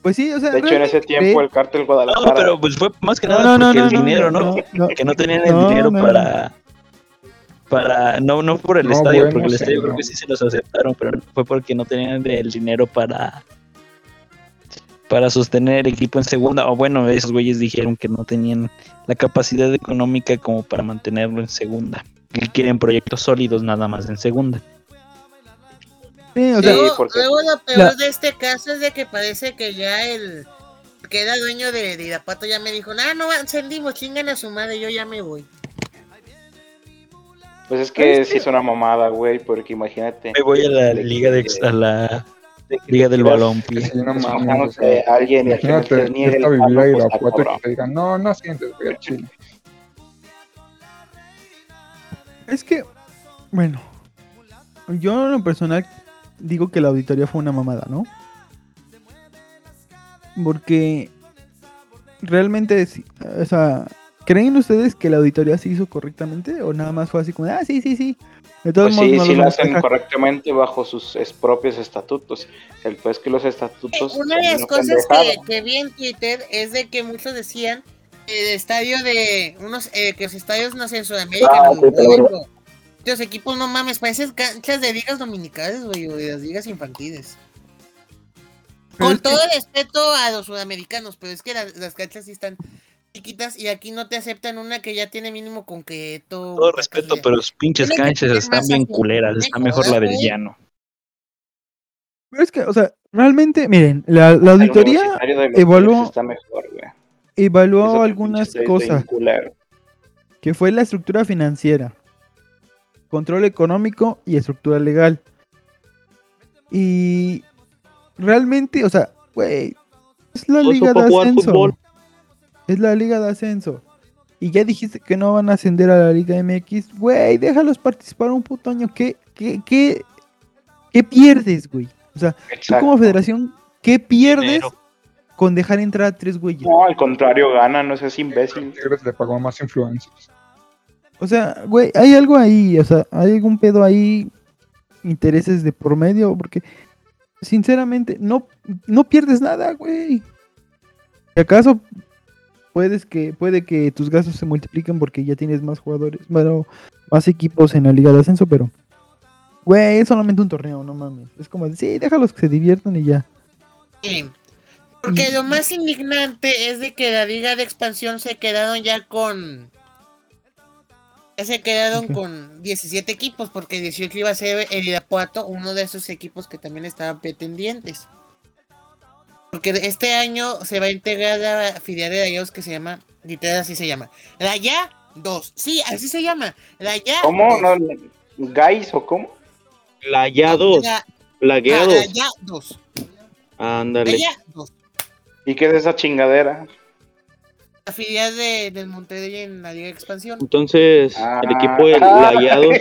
Pues sí, o sea. De hecho, en realmente ese tiempo creí- el cártel No, Guadalajara. pero pues fue más que No, nada no, no, porque el no, no, dinero, ¿no? no, que no tenían el no, dinero no. para para no no por el No, estadio, bueno, porque el sí, estadio no. creo que sí se los aceptaron, pero fue porque no tenían el dinero para para sostener el equipo en segunda, o bueno, esos güeyes dijeron que no tenían la capacidad económica como para mantenerlo en segunda, que quieren proyectos sólidos nada más en segunda. Sí, o sea, Luego, luego lo peor La- de este caso es de que parece que ya el que era dueño de, de Irapato ya me dijo, ah, no, ascendimos, chingan a su madre, yo ya me voy. Pues es que sí es una mamada, güey, porque imagínate. Me voy a la liga de a la liga del balón. no mames, Imaginándose o eh, sea, a alguien y al final Imagínate, te niegue esta el vivir a palo, pues, está Irapuato y que cabrón. te digan, no, no sientes, güey, al chile. es que. Bueno. Yo en lo personal digo que la auditoría fue una mamada, ¿no? Porque. Realmente, sí, o sea, ¿creen ustedes que la auditoría se hizo correctamente? ¿O nada más fue así como, ah, sí, sí, sí? De todos Pues modos, sí, no sí los lo vamos a hacen dejar. correctamente bajo sus es- propios estatutos. El pues que los estatutos. Una de son las una cosas pendejada. que, que vi en Twitter es de que muchos decían que el estadio de unos, eh, que los estadios, no sé, en Sudamérica, Ah, en sí, te la Uruguay, verga. o- los equipos, no mames, parecen canchas de ligas dominicales, güey, o de las ligas infantiles. Con todo respeto a los sudamericanos, pero es que las, las canchas sí están chiquitas y aquí no te aceptan una que ya tiene mínimo concreto. Todo respeto, pero los pinches Tiene que canchas tener están más bien acción. culeras, está mejor la del llano. Pero es que, o sea, realmente, miren, la, la El auditoría universitario de los Tigres evaluó, Está mejor, güey. Eso evaluó que algunas pinche estadio está cosas. bien culero. que fue la estructura financiera, control económico y estructura legal. Y realmente, o sea, güey, es la No liga supo de jugar ascenso. fútbol. Es la liga de ascenso. Y ya dijiste que no van a ascender a la Liga MX. Güey, déjalos participar un puto año. ¿Qué, qué, qué, qué pierdes, güey? O sea, tú Exacto. como federación, ¿qué pierdes Dinero. con dejar entrar a tres güeyes? No, al contrario, gana, no seas imbécil. Tigres le pagó más influencers. O sea, güey, hay algo ahí, o sea, hay algún pedo ahí, intereses de por medio, porque sinceramente no, no pierdes nada, güey. Si acaso puedes que, puede que tus gastos se multipliquen porque ya tienes más jugadores, bueno, más equipos en la liga de ascenso, pero güey, es solamente un torneo, no mames. Es como de, sí, déjalos que se diviertan y ya. Sí. Porque lo más indignante es de que la liga de expansión se quedaron ya con. Ya se quedaron Ujú. con 17 equipos, porque 18 iba a ser el Irapuato, uno de esos equipos que también estaban pretendientes. Porque este año se va a integrar la filial de Rayados que se llama, literal así se llama. Raya 2. Sí, así se llama. Raya ¿Cómo? dos. ¿No? ¿Guys o cómo? Playados, Ra- Plagueados. Raya 2. Ándale. Raya 2. ¿Y qué es esa chingadera? La filial de, del Monterrey en la liga de expansión. Entonces, el equipo de Ah. Layados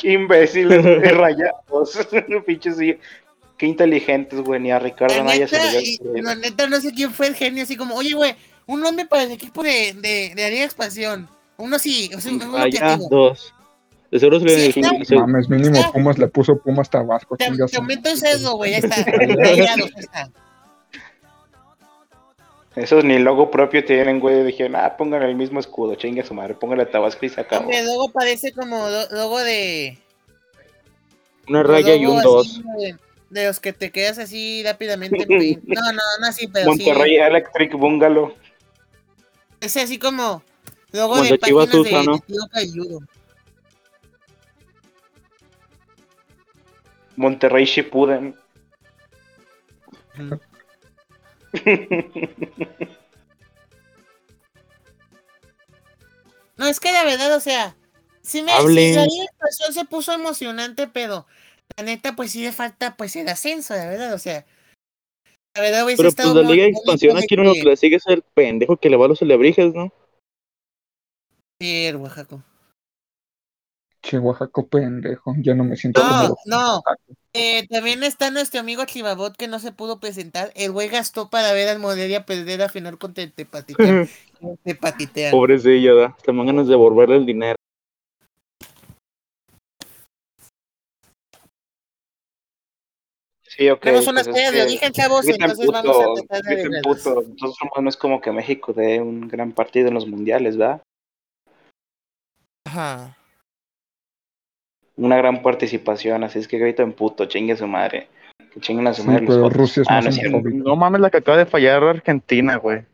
qué imbéciles, güey, rayados. Pinches, sí. qué inteligentes, güey. Ni a Ricardo La Anaya se le neta, había y- ocurrido. la neta, no sé quién fue el genio, así como, oye, güey, un nombre para el equipo de, de, de la Liga de Expansión. Uno sí, o sea, uno allá creativo. ah, dos. De seguro se le Sí, está- se- Mames, mínimo Pumas le puso Pumas Tabasco, Te, chingas. te aumento el sesgo, güey, ya está. Rayados, ya está. Esos ni logo propio tienen, güey. Dije, ah, pongan el mismo escudo, chingue a su madre, pónganle Tabasco y se acabó. Hombre, luego parece como lo- logo de. una raya y logo un así, dos. De, de los que te quedas así rápidamente. en print. No, no, no así, pero sí. Monterrey Electric Bungalow. Ese así como logo Como el de de Chivas páginas de, usa, ¿no? de Tío Cayudo. Monterrey Shippuden. No, es que la verdad, o sea, sí me Hablen. sí, la liga de expansión se puso emocionante, pero la neta, pues sí le falta pues el ascenso, la verdad, o sea. La verdad hubiese Pero pues estado la muy liga de bonito expansión de aquí uno lo que- que le sigue es el pendejo que le va a los alebrijes, ¿no? Sí, el Oaxaco. Che, Oaxaca, pendejo, ya no me siento pues, No, cómodo. no. Eh, también está nuestro amigo Chivabot que no se pudo presentar. El güey gastó para ver al Morelia perder a final contra el Tepatitlán. Tepatitlán. Pobrecilla, da. Hasta me dan ganas de devolverle el dinero. Sí, ok. Tenemos unas pues es ideas de este, que origen, chavos, griten entonces vamos puto, a tratar de griten arreglarlas. puto. Entonces, como no es como que México dé un gran partido en los mundiales, ¿verdad? Ajá. Una gran participación, así es que griten puto, chingue a su madre. Que chinguen a su Sí, madre los pero otros. Rusia es Ah, más no es cierto. homofóbica. No mames la que acaba de fallar Argentina, güey.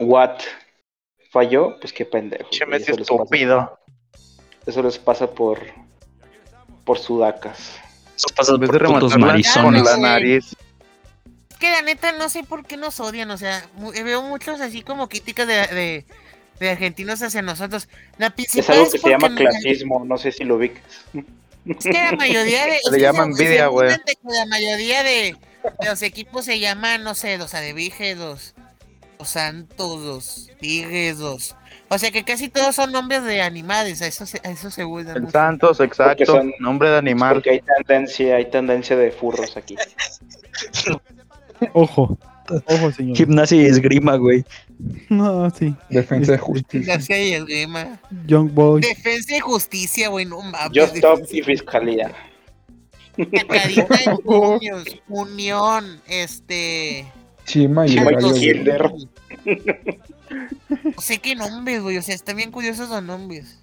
What? ¿Falló? Pues qué pendejo. güey, eso les pasa- eso les pasa por. por sudacas. Eso pasa En vez por de putos rematarla con marizones. la nariz. Es que la neta no sé por qué nos odian, o sea, mu- veo muchos así como críticas de, de, de argentinos hacia nosotros. La Es principal algo que se porque llama no- clasismo, no sé si lo ubicas. Es que la mayoría de. es Le que llama se- se envidia, güey. burlan de que La mayoría de, de los equipos se llaman, no sé, los adeviges, los, los santos, los tigres, los. O sea que casi todos son nombres de animales, a eso se, a eso se burlan El mucho. Santos, exacto. son- Nombre de animal. Porque hay tendencia, hay tendencia de furros aquí. Ojo. Ojo, señor. Gimnasia y esgrima, güey. No, sí. Defensa de justicia. Gracias y esgrima. Young Boy. Defensa y justicia, güey, no mames. Just Stop y Fiscalía. Cadita de puños, unión, este. Chima y el gallo. Santos güey. No sé qué nombres, güey, o sea, están bien curiosos los nombres.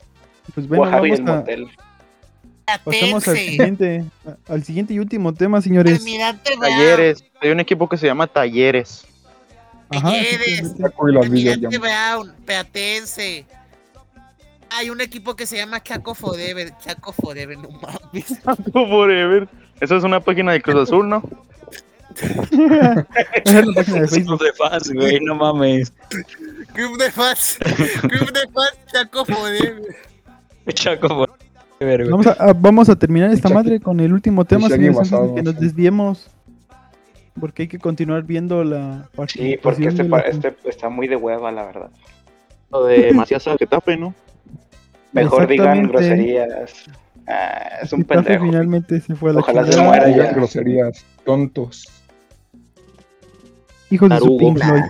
Pues bueno, Oaxaca y el vamos a- motel. Pues pasemos al Atense. siguiente, al siguiente y último tema, Pues señores. Almirante Brown. Talleres. Hay un equipo que se llama Talleres. Ajá. Almirante Brown, Peatense. Hay un equipo que se llama Chaco Forever. Chaco Forever, no mames. Forever. Eso es una página de Cruz Azul, ¿no? Facebook de fans, güey, no mames. Club de fans. Club de fans, Chaco Forever. Chaco, güey. Qué verga. Vamos a, a- vamos a terminar esta madre con el Pues último tema, Shaggy señores, antes de basado, que nos sí. desviemos. Porque hay que continuar viendo la Sí, participación porque este, de pa- la- este está muy de hueva, la verdad. Lo de Macías al Getafe, ¿no? Mejor digan Exactamente. groserías. Ah, es un Getafe pendejo. finalmente se fue a la Ojalá se chingada. muera Digan ya. groserías, tontos. Hijos de su Tarugo. Pink Floyd.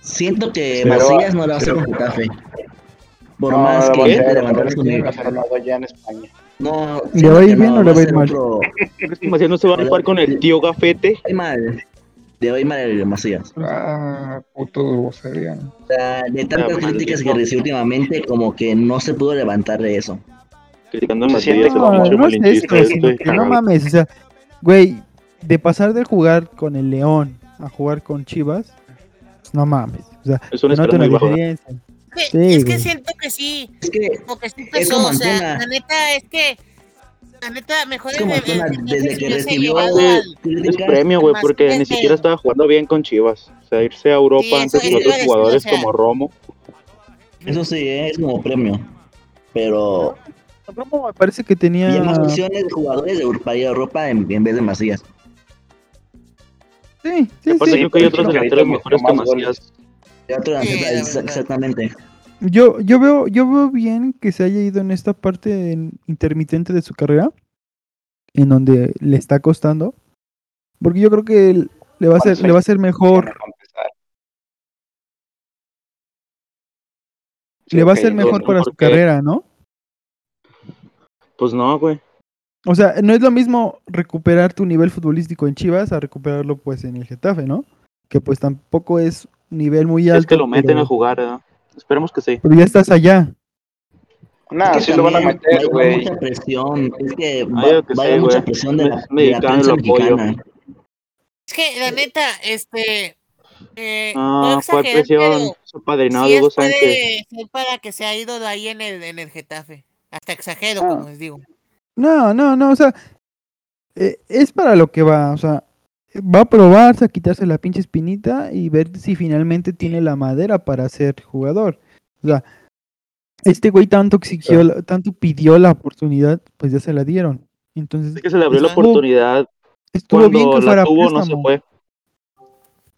Siento que Pero- Macías no la va a hacer con Getafe. Por más que Montero, intente Montero levantar es su un nivel. desgraciado ya en España. No, ¿Le va a ir bien o le va a ir mal? Macías no se va a jugar con el tío Gafete. Le va a ir mal. Le va a ir mal el Macías. Ah, puto grosería. O sea, de Ah, tantas críticas que recibió últimamente, como que no se pudo levantar de eso. Criticando a siente Macías, como No, mucho no es malinchista, esto, estoy sino que no cagado. mames, o sea, güey, de pasar de jugar con el León a jugar con Chivas, pues no mames, o sea, Es una no escala te muy baja. diferencia. Que- Sí, güey. es que siento que sí. Es que. Como que sí es pesó, como o sea, Antuna. la neta es que. La neta, mejor Es como el- el- Antuna, el- desde que el- recibió llevado Es, al- es premio, güey, porque ni siquiera estaba jugando bien con Chivas. O sea, irse a Europa Sí, eso- antes que eso iba a otros decir, jugadores o sea. como Romo. Eso sí, eh, es como premio. Pero. Romo me parece que tenía. Había más opciones de jugadores de Europa, de Europa en, en vez de Macías. Sí, sí, Aparte, sí. creo que hay otros delanteros mejores que Macías. De otro delantero, ex- exactamente. Yo, yo veo, yo veo bien que se haya ido en esta parte en- intermitente de su carrera, en donde le está costando, porque yo creo que él- le va a ser, le va a ser mejor, le va a ok, ser mejor entonces, para su ¿por qué? carrera, ¿no? Pues no, güey. O sea, no es lo mismo recuperar tu nivel futbolístico en Chivas a recuperarlo pues en el Getafe, ¿no? Que pues tampoco es un nivel muy alto. Es que lo meten pero- a jugar, eh. ¿verdad? Esperemos que Eh, sí. Pero ya estás allá. Nah, Es que sí lo van a también meter, va a haber güey. mucha presión. Es que Ah, yo va, que va a sé, haber mucha güey. presión de la, Me- de la mexicano prensa lo apoyo. mexicana. ¿eh? Es que la neta, este. Eh, Ah, ¿cuál exagerar, presión? pero Su padrinado sí de Hugo es puede Sánchez. ser para que se ha ido de ahí en el, en el Getafe. Hasta exagero, Ah. como les digo. No, no, no, o sea, eh, es para lo que va, o sea, va a probarse a quitarse la pinche espinita y ver si finalmente tiene la madera para ser jugador. O sea, este güey tanto exigió, la- tanto pidió la oportunidad, pues ya se la dieron. Entonces, Es que se le abrió la estuvo- oportunidad. estuvo Cuando bien que fuera la tuvo, no se préstamo. fue.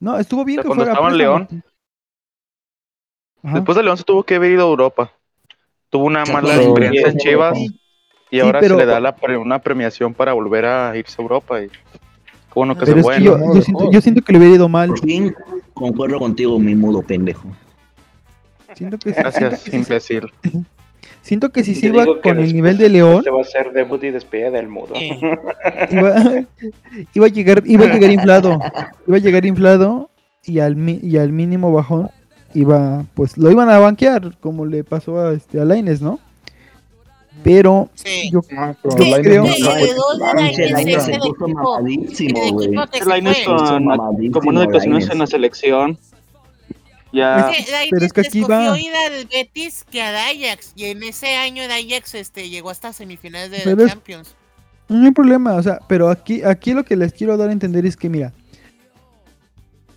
No, estuvo bien O sea, que cuando fuera estaba en préstamo. Después de León se tuvo que haber ido a Europa. Tuvo una Exacto. mala Pero- experiencia en Chivas y Sí, ahora pero- se le da la pre- una premiación para volver a irse a Europa. Y... Qué bueno que Pero se es fue. que yo, ¿no? yo siento, yo siento que le hubiera ido mal. Por fin, concuerdo contigo, mi mudo pendejo. Siento que, Gracias, siento que- imbécil. Siento que si Yo se iba digo que con el después- nivel de León, Este va a ser debut y despedida del mudo. iba, iba a llegar, iba a llegar inflado. Iba a llegar inflado y al, mi- y al mínimo bajón iba, pues lo iban a banquear, como le pasó a este a Lainez, ¿no? Pero yo, yo Sí, creo sí, sí. Lainez con- Ah, como uno de los nuestros en la selección. Ah, Ya. Es que Lainez Pero es que aquí escogió va. ir al Betis que al Ajax. Y en ese año el Ajax este, llegó hasta semifinales de la Pero es- Champions. pues, no hay problema, o sea, pero aquí, aquí lo que les quiero dar a entender es que, mira,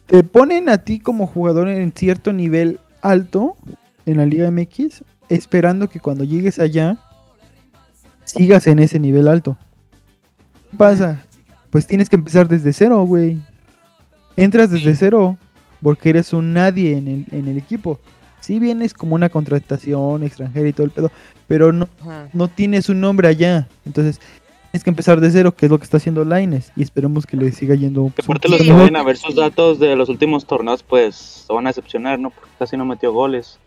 te ponen a ti como jugador en cierto nivel alto en la Liga MX, esperando que cuando llegues allá sigas en ese nivel alto. ¿Qué pasa? Pues tienes que empezar desde cero, güey. Entras desde cero porque eres un nadie en el, en el equipo. Si vienes como una contratación extranjera y todo el pedo, pero no, Ajá. no tienes un nombre allá. Entonces tienes que empezar de cero, que es lo que está haciendo Laines. Y esperemos que le siga yendo. pues, un Aparte los que poquito mejor. vayan a ver sus datos de los últimos torneos, pues se van a decepcionar, ¿no? Porque casi no metió goles.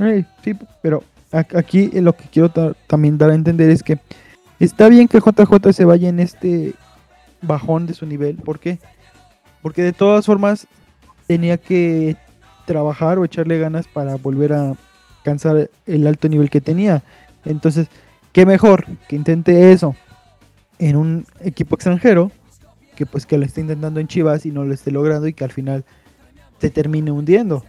Ey, Eh, sí, pero a- aquí lo que quiero ta- también dar a entender es que está bien que JJ se vaya en este bajón de su nivel. ¿Por qué? Porque de todas formas tenía que trabajar o echarle ganas para volver a alcanzar el alto nivel que tenía. Entonces, qué mejor que intente eso en un equipo extranjero que pues que lo esté intentando en Chivas y no lo esté logrando y que al final se termine hundiendo.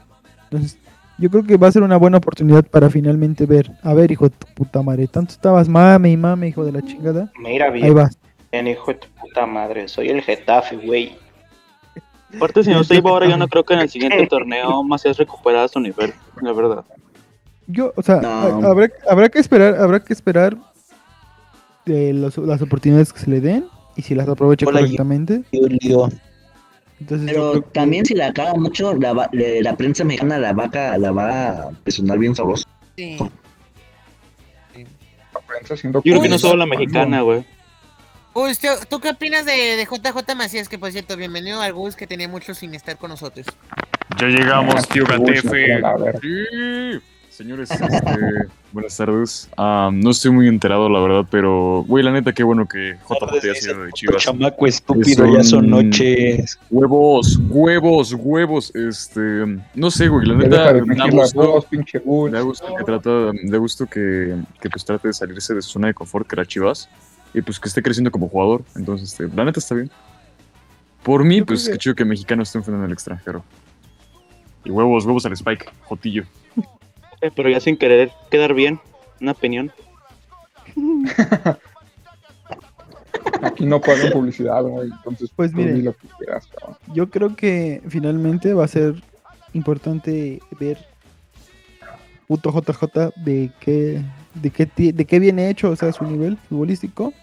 Entonces, yo creo que va a ser una buena oportunidad para finalmente ver. A ver, hijo de tu puta madre, tanto estabas mame y mame, hijo de la chingada. Mira bien. Ahí vas. Bien, hijo de tu puta madre. Soy el Getafe, güey. Aparte, si no se Yo iba ahora, yo no también. creo que en el siguiente torneo Macías recuperara su nivel, la verdad. Yo, o sea, ha- habrá, habrá que esperar, habrá que esperar de los- las oportunidades que se le den y si las aprovecha Hola, correctamente. Julio. yo Pero también si la caga mucho, la, va- le- la prensa mexicana la vaca la va a presionar bien sabroso. Yo creo que no solo la mexicana, güey. Gus, ¿tú, tú qué opinas de, de JJ Macías? Que por cierto, bienvenido al Gus, que tenía mucho sin estar con nosotros. Ya llegamos, tío Gatefe. A ver. Sí. Señores, este, buenas tardes. Ah, no estoy muy enterado, la verdad, pero, güey, la neta, qué bueno que JJ haya sido de Chivas. Chamaco estúpido, ya son noches. Huevos, huevos, huevos. Este, no sé, güey, la Ya neta, deja de me da fingir las gusto- dos, pinche Gus. me da gusto que trata, me da gusto que, que, pues trate de salirse de su zona de confort, que era Chivas, y pues que esté creciendo como jugador. Entonces, este, la neta está bien. Por mí, pues que- qué chido que mexicano esté enfrentando al extranjero. Y huevos, huevos al Spike, Jotillo. Eh, Pero ya sin querer quedar bien, una opinión. Aquí no pagan publicidad, güey. Entonces, Pues tú miren. di lo que quieras, cabrón. Yo creo que finalmente va a ser importante ver puto JJ de qué, de qué, ti- de qué viene hecho, o sea, su nivel futbolístico.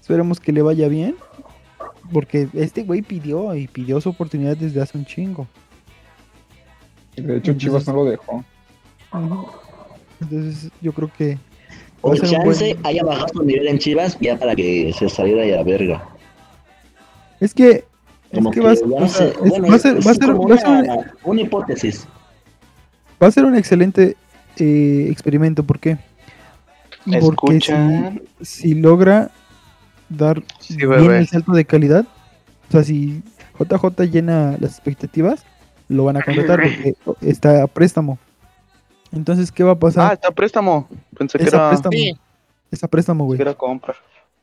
Esperemos que le vaya bien. Porque este güey pidió y pidió su oportunidad desde hace un chingo. Y De hecho, Chivas no lo dejó. Entonces yo creo que... va O a ser un chance buen- haya bajado su nivel en Chivas ya para que se saliera ya verga. Es que... Es ah, Como que va a que ser- ya o sea, se- bueno, es- va a ser- es va a ser- como va a ser- una, una hipótesis. Va a ser un excelente eh, experimento, ¿por qué? Porque Escuchan. si, si logra dar bien bebé. el salto de calidad, o sea, si JJ llena las expectativas, lo van a contratar porque está a préstamo. Entonces, ¿qué va a pasar? Ah, está a préstamo. Pensé que es a era, préstamo. Es a préstamo, güey. que era compra.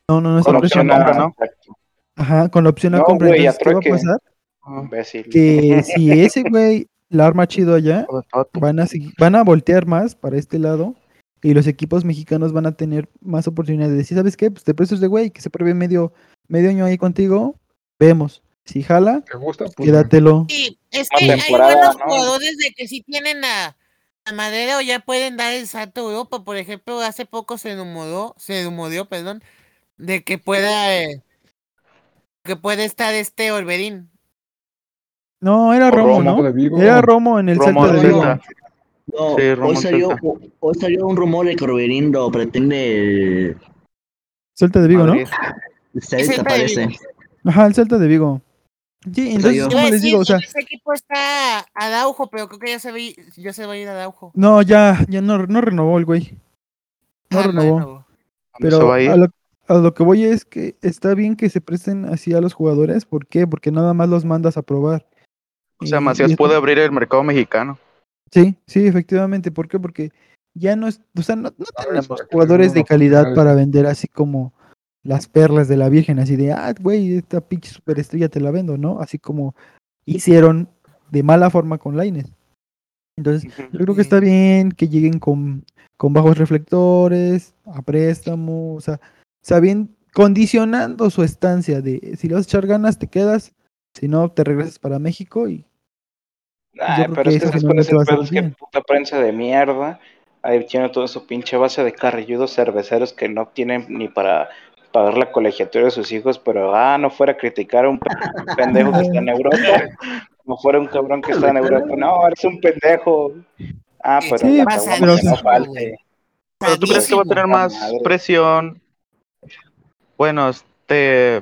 No, no, no es Con a opción préstamo. a compra, ¿no? Ajá, con la opción a No, compra. güey, a Entonces, ¿qué va a trueque. pasar? Ah. Imbécil. que si ese güey la arma chido allá, Ah, van a, segui- van a voltear más para este lado y los equipos mexicanos van a tener más oportunidades de decir, ¿sabes qué? Pues te presto este güey que se pruebe medio, medio año ahí contigo, vemos. Si jala, pues, quédatelo. Sí, es Una que hay temporada, buenos ¿no? jugadores de que sí tienen la, la madera o ya pueden dar el salto a Europa. Por ejemplo, hace poco se rumoró, se rumoreó, perdón, de que pueda eh, que puede estar este Olverín. No, era O Romo, Romo pues, de ¿no? Vigo. Era Romo en el Romo Celta de de Vigo. Celta. No, Sí, hoy, Ramón salió, Celta. hoy salió un rumor de que Roberín lo pretende el Celta de Vigo, ¿no? Madrid. Celta, parece. Ajá, el Celta de Vigo. Sí, entonces, Iba Pues, a ¿cómo les decir, digo? O sea, en ese equipo está Araujo, pero creo que ya se va, a ir- ya se va a ir Araujo. no, ya, ya no, no renovó el güey. Ah, No renovó. ¿Se Pero va a ir? a lo, a lo que voy es que está bien que se presten así a los jugadores. ¿Por qué? Porque nada más los mandas a probar. O sea, Y- Macías y- puede abrir el mercado mexicano. Sí, sí, efectivamente. ¿Por qué? Porque ya no es, o sea, no, no tenemos porque tenemos jugadores de los calidad locales. para vender así como las perlas de la Virgen, así de, ah, güey, esta pinche superestrella te la vendo, ¿no? Así como hicieron de mala forma con Lainez. Entonces, yo creo que está bien que lleguen con, con bajos reflectores, a préstamo, o sea, sabiendo, condicionando su estancia de si le vas a echar ganas, te quedas, si no, te regresas para México y Ay, creo pero que es que eso después finalmente de ese va a ser pedo es que puta prensa de mierda. Ahí tiene toda su pinche base de carrilludos cerveceros que no tienen ni para pagar la colegiatura de sus hijos, pero ah, no fuera a criticar a un pe- pendejo que está en Europa. No fuera un cabrón que está en Europa. No, eres un pendejo. Ah, pero Sí, la pasa caguama pero- que no falte. Pero tú crees que va a tener más Madre. presión. Bueno, este.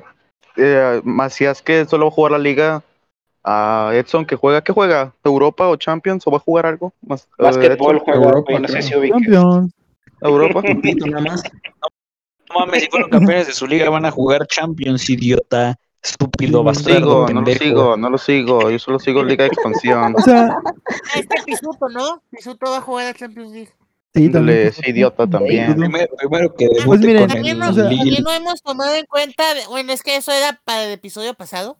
eh, Macías que solo va a jugar la liga. A Edson que juega, ¿qué juega? ¿Europa o Champions? ¿O va a jugar algo? Más, eh, Básquetbol Edson? juega, Europa, güey, no sé si ubicas. Champions. Europa. No mames, si fueron campeones de su liga van a jugar Champions, idiota, estúpido, No lo bastardo, sigo, no lo pendejo. sigo, no lo sigo. Yo solo sigo Liga de Expansión. Ah, está Pisuto, ¿no? Pisuto va a jugar a Champions League. Sí, también. Es idiota pues, también. Primero, primero que debute Pues miren, con También el no, Lille. también no hemos tomado en cuenta, de- bueno, es que eso era para el episodio pasado,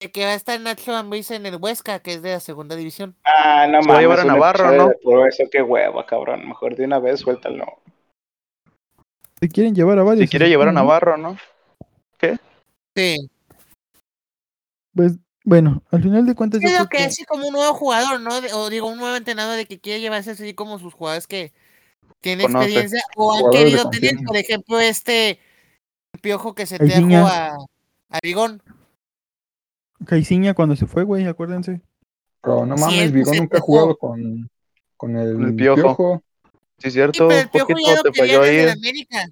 de que va a estar Nacho Ambriz en el Huesca, que es de la segunda división. Ah, no Se mames. va a llevar a una Navarro, chave ¿no? de Por eso, qué hueva, cabrón. Mejor de una vez suéltalo. te quieren llevar a varios. Si quiere llevar a Navarro, ¿no? Sí. Pues bueno, al final de cuentas yo creo Creo que así como un nuevo jugador, ¿no? De- o digo, un nuevo entrenador de que quiere llevarse así como sus jugadores que tienen Conoce. experiencia o han Jugadores de querido tener, confianza. por ejemplo, este piojo que se El trajo Guiñac. a, a Bigón. que Caixinha cuando se fue, güey, acuérdense. Pero no mames, Vigo nunca ha jugado con, con el, El Piojo. piojo. Sí, cierto. Pero el piojo poquito ya lo te quería falló desde ahí. la América.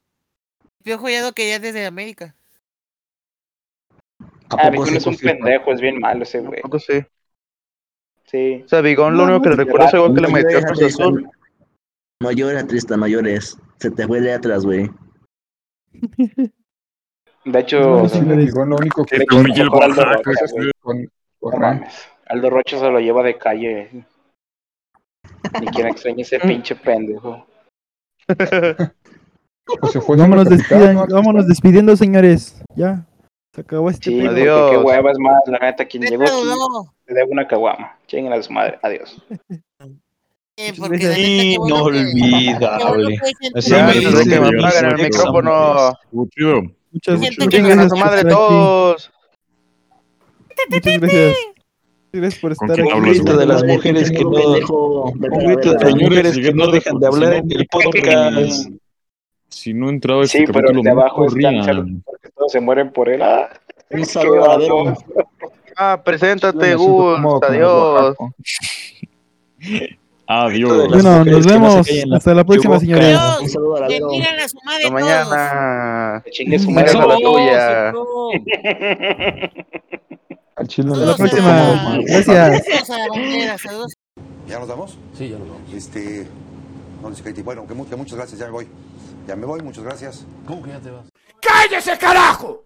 El piojo ya lo quería desde América. Ah, Bigón es un pendejo, es bien malo ese güey. Poco sí. Sí. O sea, Bigón lo único que le recuerdo es el gol que le metió a Cruz Azul. No llores, Tristan, no llores. Se te fue de atrás, güey. De hecho, No, sí, le digo, lo único que de hecho, con, mejor Aldo Rocha, güey. con, No mames, Aldo Rocha se lo lleva de calle. Ni quien extraña ese pinche pendejo. pues se fue Vámonos, siendo capitán, despidan, vámonos despidiendo, señores. Ya, se acabó este Sí, pedo. porque qué hueva es más, la neta, quien llegó aquí le debo una caguama. Chinguen a su madre, adiós. Eh, porque de neta, qué bueno que- qué bueno que hay gente- Ya, desde que me apagan el micrófono. Muchas, muchas Chingan a gracias su por madre estar aquí. todos. Muchas gracias. Muchas Gracias por estar aquí. Un grito de las mujeres que no. Un grito de las mujeres que no dejan de hablar en el podcast. Si no entraba este Sí, pero capítulo, el de no abajo es corrían. cáncer, porque todos se mueren por él. Ah, Un saludo a Vero. Ah, preséntate, siento Gus. cómodo con el Adiós. Adiós. Bueno, nos vemos. Hasta la próxima, señores. Un saludo a Bendigan a su madre Hasta mañana. Chingue su madre a la tuya. Al chile no Hasta la le- próxima. Gracias. Saludos a la bandera, saludos. ¿Ya nos vamos? Sí, ya nos vamos. Este, no les critico. Bueno, que, mu- que muchas gracias, ya me voy. Ya me voy, muchas gracias. ¿Cómo que ya te vas? ¡Cállese, carajo!